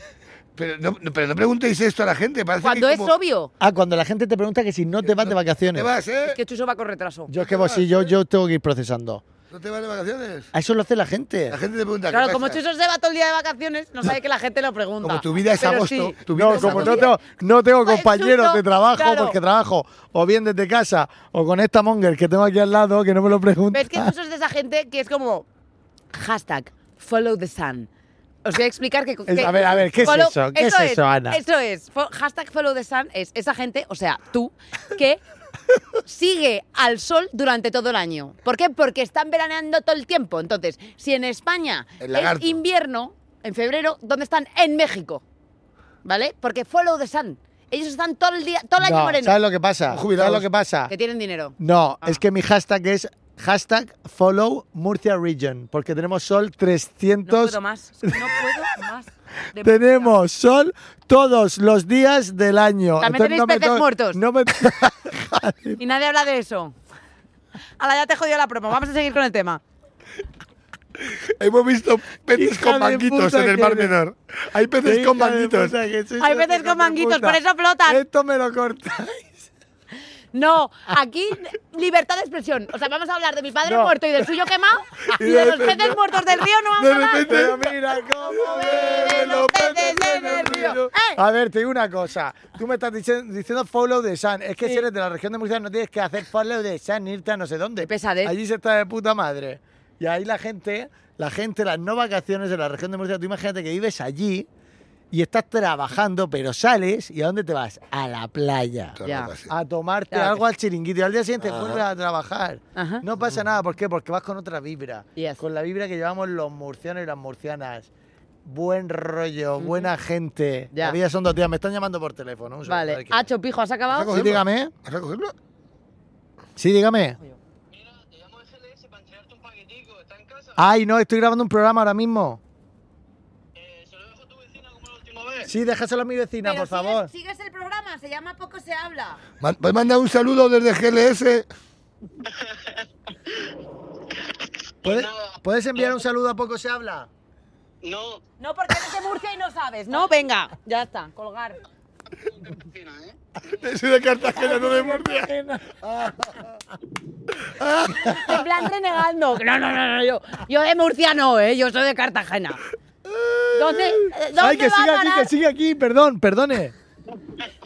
Pero no, no- pero no preguntéis esto a la gente. Parece
Cuando
que
es
como-
obvio.
Ah, cuando la gente te pregunta que si no te vas de
¿Te
vacaciones.
vas, eh?
Es que Chuso va con retraso.
Yo es que vos, sí, yo, yo tengo que ir procesando.
¿No te vas de vacaciones?
A Eso lo hace la gente.
La gente te pregunta,
Claro,
¿qué
como
pasa?
Chuso se va todo el día de vacaciones, no sabe que la gente lo pregunta.
Como tu vida es
Pero
agosto.
sí.
tu vida
No,
es
como
agosto.
no tengo, no tengo
Pues,
compañeros
chulo,
de trabajo
claro.
porque trabajo o bien desde casa o con esta monger que tengo aquí al lado que no me lo pregunta.
Pero es que Chuso es de esa gente que es como hashtag follow the sun. Os voy a explicar que...
Es-
que-
a ver, a ver, ¿qué es
follow-
eso? ¿Qué es eso, Ana?
Eso es. fo- Hashtag follow the sun es esa gente, o sea, tú, que sigue al sol durante todo el año. ¿Por qué? Porque están veraneando todo el tiempo. Entonces, si en España
El lagarto.
es invierno, en febrero, ¿dónde están? En México. ¿Vale? Porque follow the sun. Ellos están todo el día, todo el año
No,
moreno.
¿Sabes lo que pasa? ¿Sabes
Jubilados.
lo que pasa?
Que tienen dinero.
No,
Ah.
es que mi hashtag es hashtag follow Murcia Region porque tenemos sol 300
No puedo más. No puedo más. De verdad.
Tenemos sol todos los días del año.
También tenéis
me
peces
to-
muertos.
No me...
Y nadie habla de eso. Ahora ya te he jodido la promo. Vamos a seguir con el tema.
Hemos visto peces
Hija de
con manguitos
puta
en el
que
Mar
eres.
Menor. Hay peces con manguitos.
Hay veces con manguitos, por eso flotan.
Esto me lo cortáis.
No, aquí libertad de expresión. O sea, vamos a hablar de mi padre
No.
muerto y del suyo quemado y
Y
de
de
los
repente-
peces muertos del río no vamos
de
a hablar.
repente-
Pero mira cómo
beben
beben los peces en el río.
¡Eh!
A ver, te digo una cosa. Tú me estás dicen- diciendo follow the sun. Es que si eres de la región de Murcia no tienes que hacer follow the sun, irte a no sé dónde.
Qué pesadez.
Allí se está de puta madre. Y ahí la gente, la gente, las no vacaciones de la región de Murcia, tú imagínate que vives allí y estás trabajando, pero sales y ¿a dónde te vas? A la playa.
Claro,
Ya.
así.
A tomarte
Claro que
algo al chiringuito y al día siguiente vuelves a trabajar.
Ajá.
No pasa nada, ¿por qué? Porque vas con otra vibra.
Yes.
Con la vibra que llevamos los murcianos y las murcianas. Buen rollo, buena gente.
Ya.
Todavía son dos días. Me están llamando por teléfono. un segundo, a
Vale,
ver quién
Ah,
es.
Hacho, pijo, ¿has
¿Vas a
acabado?
Sí,
cogerlo?
dígame.
¿Vas a cogerlo?
Sí, dígame.
Mira, te llamo de GLS para entregarte un paquetico. ¿Está en casa?
Ay, no, estoy grabando un programa ahora mismo.
Eh, se lo dejo a tu vecina como la última vez.
Sí, déjaselo a mi vecina, por favor.
Sigues, el programa, se llama Poco se habla.
Man- Pues manda un saludo desde GLS.
¿Puedes,
nada.
puedes enviar un saludo a poco se habla?
No,
No, porque eres de Murcia y no sabes, ¿no? Venga, ya está, colgar.
tu vecina, ¿eh?
Soy de Cartagena, no de Murcia.
En plan renegando. No, no, no, no, yo, yo de Murcia no, ¿eh? Yo soy de Cartagena. ¿Dónde, eh, dónde
Ay, que
va
sigue
a
aquí,
parar?
que sigue aquí. Perdón, perdone.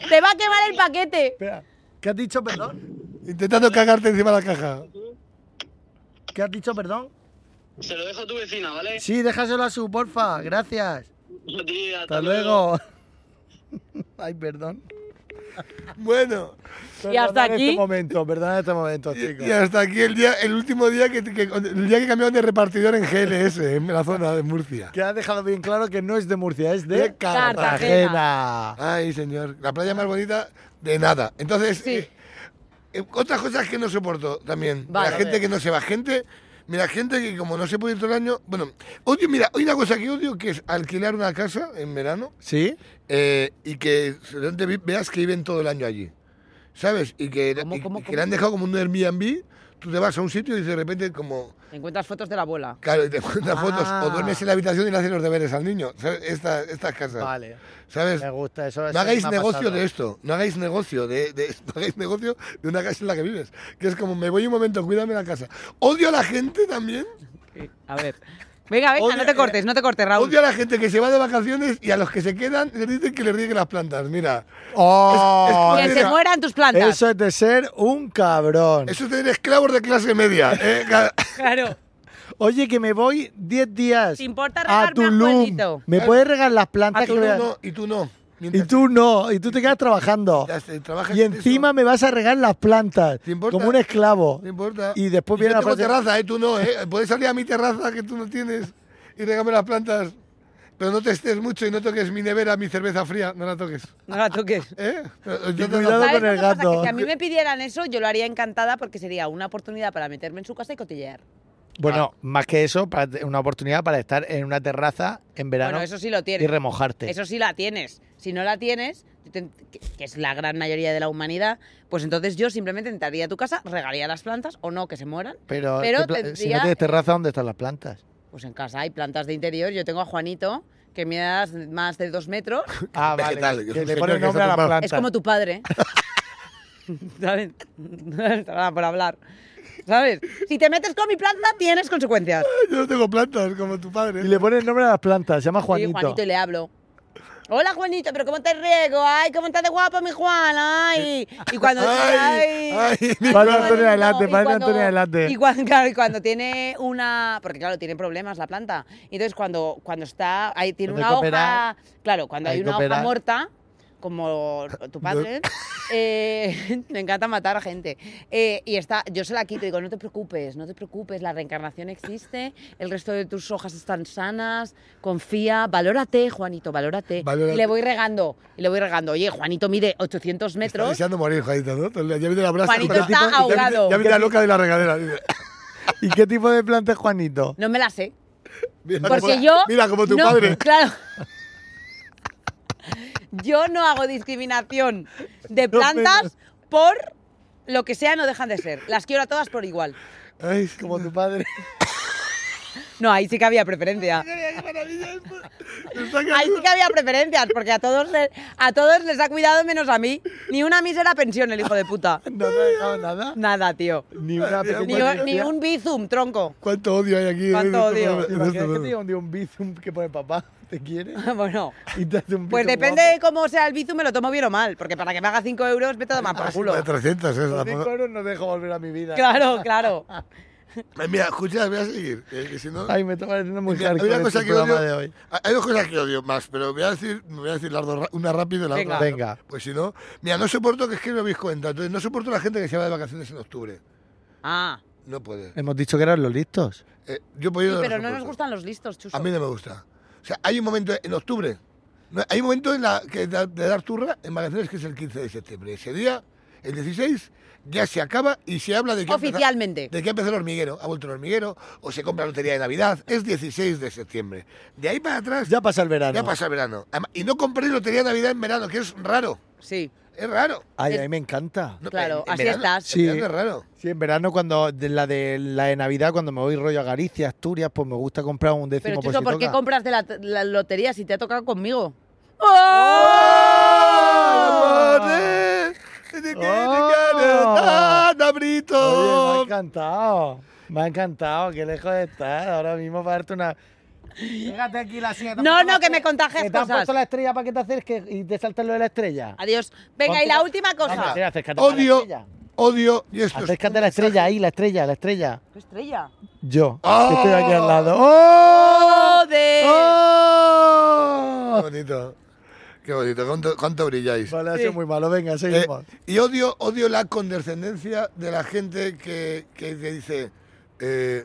Te va a quemar el paquete.
Espera. ¿Qué has dicho, perdón?
Intentando cagarte encima de la caja.
¿Qué has dicho, perdón?
Se lo dejo a tu vecina, ¿vale?
Sí, déjaselo a su, porfa. Gracias.
A ti,
Hasta luego. Ay, perdón.
Bueno,
Y hasta
Perdonad
aquí.
este momento, perdonad este momento, chicos.
y, y hasta aquí el día, el último día que, que- el día que cambiaron de repartidor en GLS, en la zona de Murcia.
Que ha dejado bien claro que no es de Murcia, es de,
De
Cartagena.
Ay, señor, la playa más bonita de nada. Entonces,
Sí.
eh, eh, otras cosas que no soporto también.
Vale,
la
a
gente
ver.
que no se va. Gente, mira, gente que como no se puede ir todo el año. Bueno, odio, mira, hay una cosa que odio que es alquilar una casa en verano
¿Sí?
eh, y que de repente vi- veas que viven todo el año allí. ¿Sabes? Y que,
¿Cómo,
y-
cómo,
y que
cómo?
le han dejado como un Airbnb. Tú te vas a un sitio y de repente como...
Encuentras fotos de la abuela.
Claro, y te mandan fotos.
Ah.
O duermes en la habitación y le haces los deberes al niño. ¿sabes? Esta- estas casas.
Vale.
¿Sabes?
Me gusta eso. eso
No hagáis
me ha
negocio
pasado.
de esto, no hagáis negocio de, de- no hagáis negocio de una casa en la que vives. Que es como, me voy un momento, cuídame la casa. Odio a la gente también,
A ver. Venga, venga,
Odio-
no te cortes, no te cortes, Raúl.
odio a la gente que se va de vacaciones y a los que se quedan les dicen que les rieguen las plantas. Mira,
¡Oh!
que se
mira,
mueran tus plantas.
Eso es de ser un cabrón.
eso es tener esclavos de clase media. ¿eh? Cada-
Claro.
Oye, que me voy 10 días.
¿Te importa
a
regarme a
Tulum.
Juanito?
¿Me puedes regar las plantas
Y
que
tú
voy a-
no, y tú no.
Ah, Y
Mientras
tú no, y tú te quedas trabajando.
ya se- trabajas
Y
en
encima me vas a regar las plantas.
¿Te importa?
Como un esclavo.
eso, No importa.
Y después viene
yo
la
tengo
frase-
terraza, ¿eh? Tú no, ¿eh? Puedes salir a mi terraza que tú no tienes y regame las plantas. Pero no te estés mucho y no toques mi nevera, mi cerveza fría. No la toques.
No la toques.
¿Eh? Pero-
Y
yo te-
cuidado
¿Sabes
con
lo
el
que pasa? Que
gato.
si a mí me pidieran eso, yo lo haría encantada porque sería una oportunidad para meterme en su casa y cotillear.
Bueno, más que eso, para te- una oportunidad para estar en una terraza en verano
Bueno, eso sí lo
y
tienes.
remojarte.
Eso sí la tienes. Si no la tienes, te- que que es la gran mayoría de la humanidad, pues entonces yo simplemente entraría a tu casa, regaría las plantas o no, que se mueran.
pero
pero
¿qué pla- si no
tendría-
tienes terraza, ¿dónde están las plantas?
Pues en casa hay plantas de interior. Yo tengo a Juanito, que me das más de dos metros.
Ah, vale.
vegetal, que es
que
un
le
señor
pones
que
nombre a
está
la
tumbado.
planta.
Es como tu padre. ¿Sabes? Nada, Por hablar. ¿Sabes? Si te metes con mi planta, tienes consecuencias.
Yo no tengo plantas como tu padre.
Y le pones nombre a las plantas, se llama
Sí,
Juanito.
Juanito y le hablo. Hola Juanito, pero ¿cómo te riego? Ay, ¿cómo estás de guapo, mi Juan? Ay. Y cuando.
Ay, ay, mi
Padre
Juanito,
Antonio adelante,
y
padre
cuando-
Antonio adelante.
Y cuando, claro, y cuando tiene una. Porque claro, tiene problemas la planta. Y Entonces, cuando, cuando está. Ahí tiene
Cuando
una
hay que operar,
hoja. Claro, cuando
hay
hay,
que
una
operar.
hoja muerta, como tu padre, eh, me encanta matar a gente. Eh, y está, yo se la quito y digo, no te preocupes, no te preocupes, la reencarnación existe, el resto de tus hojas están sanas, confía, valórate, Juanito, valórate.
Valórate.
Y le voy regando, y le voy regando. Oye, Juanito mide 800
Está
metros.
deseando morir, Juanito, ¿no? Todo el día. Ya viene la brasa.
Juanito
Ya
está
viene- ya viene-
ahogado.
Ya viene la loca de la regadera. dice.
¿Y qué tipo de planta es Juanito?
No me la sé.
Mira
Porque
como-
yo.
Mira, como tu
no-
padre.
Claro. Yo no hago discriminación de plantas por lo que sea, no dejan de ser. Las quiero a todas por igual.
Ay,
Como tu padre.
No, ahí sí que había preferencia.
qué maravilla esto. Está
Ahí
quedando-
sí que había preferencias, porque a todos, le- a todos les ha cuidado menos a mí. Ni una mísera pensión, el hijo de puta.
¿No te ha dejado nada?
Nada, tío.
Ni una
Ni,
pequeña...
ni un bizum, tronco.
¿Cuánto odio hay aquí?
¿Cuánto
en este
odio?
programa?
¿Te
En
imaginas
este
que te
programa.
diga un día un bizum que pone papá? ¿Te quiere?
Bueno,
Y te hace un
pues
bizum
depende
guapo.
de cómo sea el bizum, me lo tomo bien o mal. Porque para que me haga 5 euros, vete a tomar por culo.
De 300, eso.
Con cinco
tampoco-
euros no dejo volver a mi vida.
Claro, claro.
Ay, Mira, escucha, voy a seguir. eh, que si no-
Ay, me está pareciendo muy
Mira, hay
hardcore
una
este
cosa que
programa
odio-
de hoy.
Hay dos cosas que odio más, pero voy a decir, voy a decir las dos ra- una rápido y la
Venga.
otra.
Venga.
Pues si no. Mira, no soporto que es que me habéis cuenta. Entonces, no soporto la gente que se va de vacaciones en octubre.
Ah,
No puede.
Hemos dicho que eran los listos.
Eh, yo
sí,
podido.
pero no nos gustan los listos, chuso.
A mí no me gusta. O sea, hay un momento en octubre. no, Hay un momento en la que da- de dar turra en vacaciones que es el 15 de septiembre. Ese día, el 16, ya se acaba y se habla de que ha empezado-
Oficialmente.
de que ha empezado el hormiguero. Ha vuelto el hormiguero o se compra la lotería de Navidad. Es 16 de septiembre. De ahí para atrás
Ya pasa el verano.
ya pasa el verano. Además, Y no compréis lotería de Navidad en verano, que es raro.
Sí,
Es raro.
Ay,
Es-
a mí me encanta.
No,
Claro, así
verano-
estás.
Sí.
En verano es raro.
Sí, en verano cuando de la de la de Navidad cuando me voy rollo a Galicia, Asturias, pues me gusta comprar un
pero
décimo
chuso,
si
¿por qué
toca.
compras de la, la lotería si te ha tocado conmigo? ¡Oh!
¡Ah!
¡Oh!
Oye, me ha
¡Nabrito!
encantado. Me ha encantado, qué lejos estás. Ahora mismo para darte una. Pégate aquí la silla. te han
No,
puesto
no,
la
que me
estrella-
contagias
que Te han
cosas.
puesto la estrella para que te acerques y te saltas lo de la estrella.
Adiós. Venga, y la última
Venga,
cosa.
sí, acércate a la
Odio,
estrella.
odio, y esto es-
Acércate a la estrella ahí, la estrella, la estrella.
¿Qué estrella?
Yo,
¡Oh!
que estoy aquí al lado.
Ah.
¡Oh!
¡Joder!
¡Oh! Qué bonito. Qué bonito. ¿Cuánto, cuánto brilláis?
Vale, ha sido
Sí.
muy malo. Venga,
Eh,
seguimos.
y odio, odio la condescendencia de la gente que, que te dice, eh,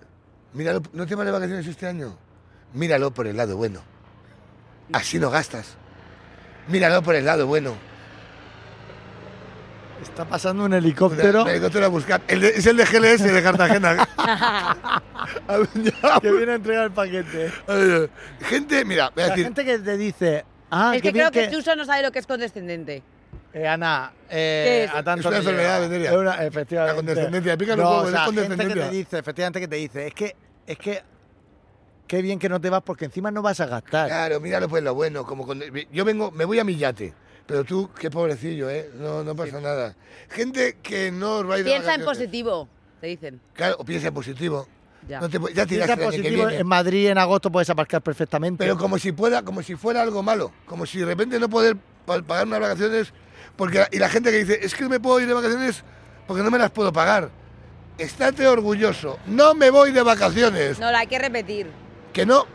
míralo, ¿no te vas de vacaciones este año? Míralo por el lado bueno. Así no gastas. Míralo por el lado bueno.
Está pasando un
Una-
helicóptero.
un helicóptero a buscar. El de- es el de GLS de Cartagena. A ver, ya.
que viene a entregar el paquete.
A ver, gente, mira, voy a
La
decir,
gente que te dice, ah,
es
qué
que
bien
creo que Chuso no sabe lo que es condescendente.
Eh, Ana,
¿Qué
eh,
es?
a tanto
Es una
que
enfermedad
lleva.
venérea.
Es una, efectivamente.
La condescendencia, pica los
no,
huevos,
o
es
sea, gente que te
condescendencia.
dice, efectivamente que te dice, es que, es que, qué bien que no te vas porque encima no vas a gastar.
claro, míralo por lo bueno. Como con- yo vengo, me voy a mi yate. Pero tú, qué pobrecillo, ¿eh? No, no pasa nada. Gente que no os va a ir de
Piensa en
vacaciones.
positivo, te dicen.
Claro, o piensa en positivo.
Ya.
No te pu- ya
Si
tiras
estás
el año que
positivo,
viene.
en Madrid en agosto puedes aparcar perfectamente.
Pero como si pueda, como si fuera algo malo, como si de repente no poder pa- pagar unas vacaciones porque y la gente que dice, "Es que me puedo ir de vacaciones porque no me las puedo pagar." Estate orgulloso. No me voy de vacaciones.
No, la hay que repetir.
Que no.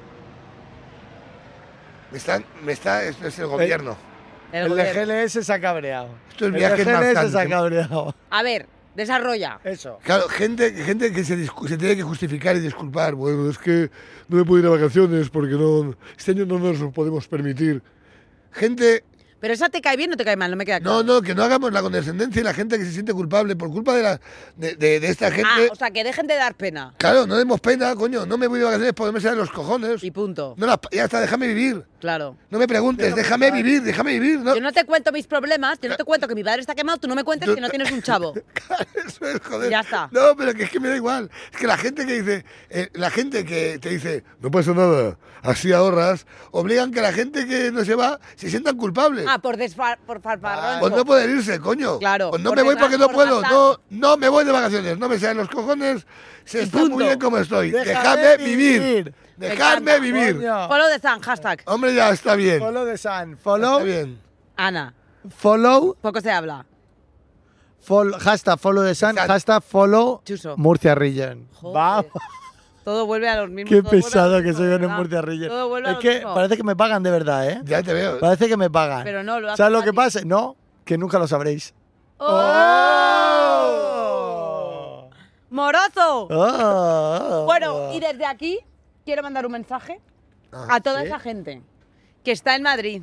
Me están, me está, esto es el gobierno.
El
El de
gobierno.
GLS se ha cabreado.
Esto es
el de GLS
viaje
se ha
marcante.
cabreado.
A ver, desarrolla.
Eso.
Claro, gente, gente que se, discu- se tiene que justificar y disculpar. Bueno, es que no me puedo ir a vacaciones porque no, este año no nos lo podemos permitir. Gente,
Pero esa te cae bien o te cae mal, no me queda claro.
no, no, que no hagamos la condescendencia y la gente que se siente culpable por culpa de, la, de, de- de esta gente.
ah, o sea, que dejen de dar pena.
Claro, no demos pena, coño. No me voy de vacaciones porque me salen los cojones.
Y punto.
No las- ya está, déjame vivir.
Claro.
No me preguntes, déjame vivir, déjame vivir. ¿no?
Yo no te cuento mis problemas, yo no te cuento que mi padre está quemado, tú no me cuentes
Yo
que no
te-
tienes un chavo.
Claro, eso es, joder.
Ya está.
No, pero que es que me da igual. Es que la gente que dice, eh, la gente que te dice, no pasa nada, así ahorras, obligan que la gente que no se va se sientan culpables.
Ah, por desfar... por farfarrón.
Por Pues no poder irse, coño.
Claro,
Por no
por
me voy
desga-
porque no
por
puedo.
gastar.
No, no me voy de vacaciones. No me sean los cojones. Se
Y
está
punto.
muy bien como estoy.
Déjame
Dejadme vivir.
vivir.
Me
Dejadme
encanta.
vivir.
Coño.
Follow the sun, hashtag.
Hombre, ya está bien.
Follow the sun.
Está
Follow.
bien.
Ana,
Follow.
poco se habla.
Follow, hashtag follow the sun,
Exacto.
hashtag follow
Chuso.
Murcia Region.
Joder.
Vamos.
Todo vuelve a los mismos.
Qué
todo vuelve a lo
pesado que
mismo,
soy en
¿verdad?
Murcia Region.
Todo vuelve a
Es
lo
que
mismo.
parece que me pagan de verdad, ¿eh?
Ya te veo.
Parece que me pagan.
Pero no, lo haces
¿Sabes lo
a
que
ti.
pasa? No, que nunca lo sabréis. ¡Oh!
¡Oh! ¡Morozo!
Ah.
Bueno, y desde aquí quiero mandar un mensaje
Ah,
a toda esa gente que está en Madrid.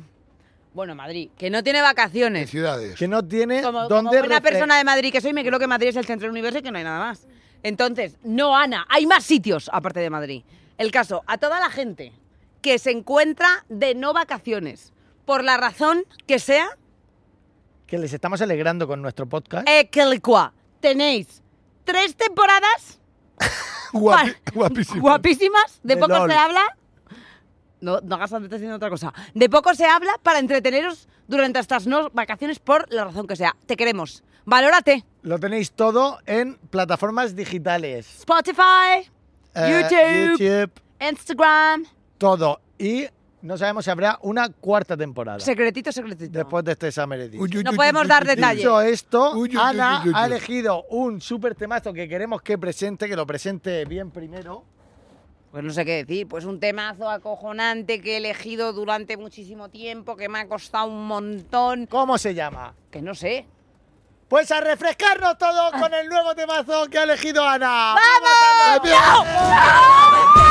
Bueno, Madrid, que no tiene
En
vacaciones.
ciudades.
que no tiene
Como, como
dónde
buena
refle-
persona de Madrid que soy, me creo que Madrid es el centro del universo y que no hay nada más. Entonces, no, Ana, hay más sitios aparte de Madrid. El caso, a toda la gente que se encuentra de no vacaciones, por la razón que sea,
que les estamos alegrando con nuestro podcast.
Eh. Ekelqua. Tenéis tres temporadas
Guapi-
Vale.
guapísimo.
guapísimas,
pues, De
de, poco
LOL.
se habla. No, no hagas antes diciendo otra cosa. De poco se habla para entreteneros durante estas no vacaciones por la razón que sea. Te queremos. Valórate.
Lo tenéis todo en plataformas digitales.
Spotify,
Eh,
YouTube,
YouTube,
Instagram.
todo. Y no sabemos si habrá una cuarta temporada.
Secretito, secretito.
Después de este Summer Edition.
Uy, uy,
No
uy,
podemos
uy,
dar
uy, uy.
detalles.
Dicho esto,
Uy, uy, uy,
Ana
uy, uy,
ha
uy.
elegido un súper temazo que queremos que presente, que lo presente bien primero.
Pues no sé qué decir, pues un temazo acojonante que he elegido durante muchísimo tiempo, que me ha costado un montón,
¿Cómo se llama?
que no sé.
Pues a
Ah.
refrescarnos todos con el nuevo temazo que ha elegido Ana. ¡Vamos!
¡Campeón!
¡No!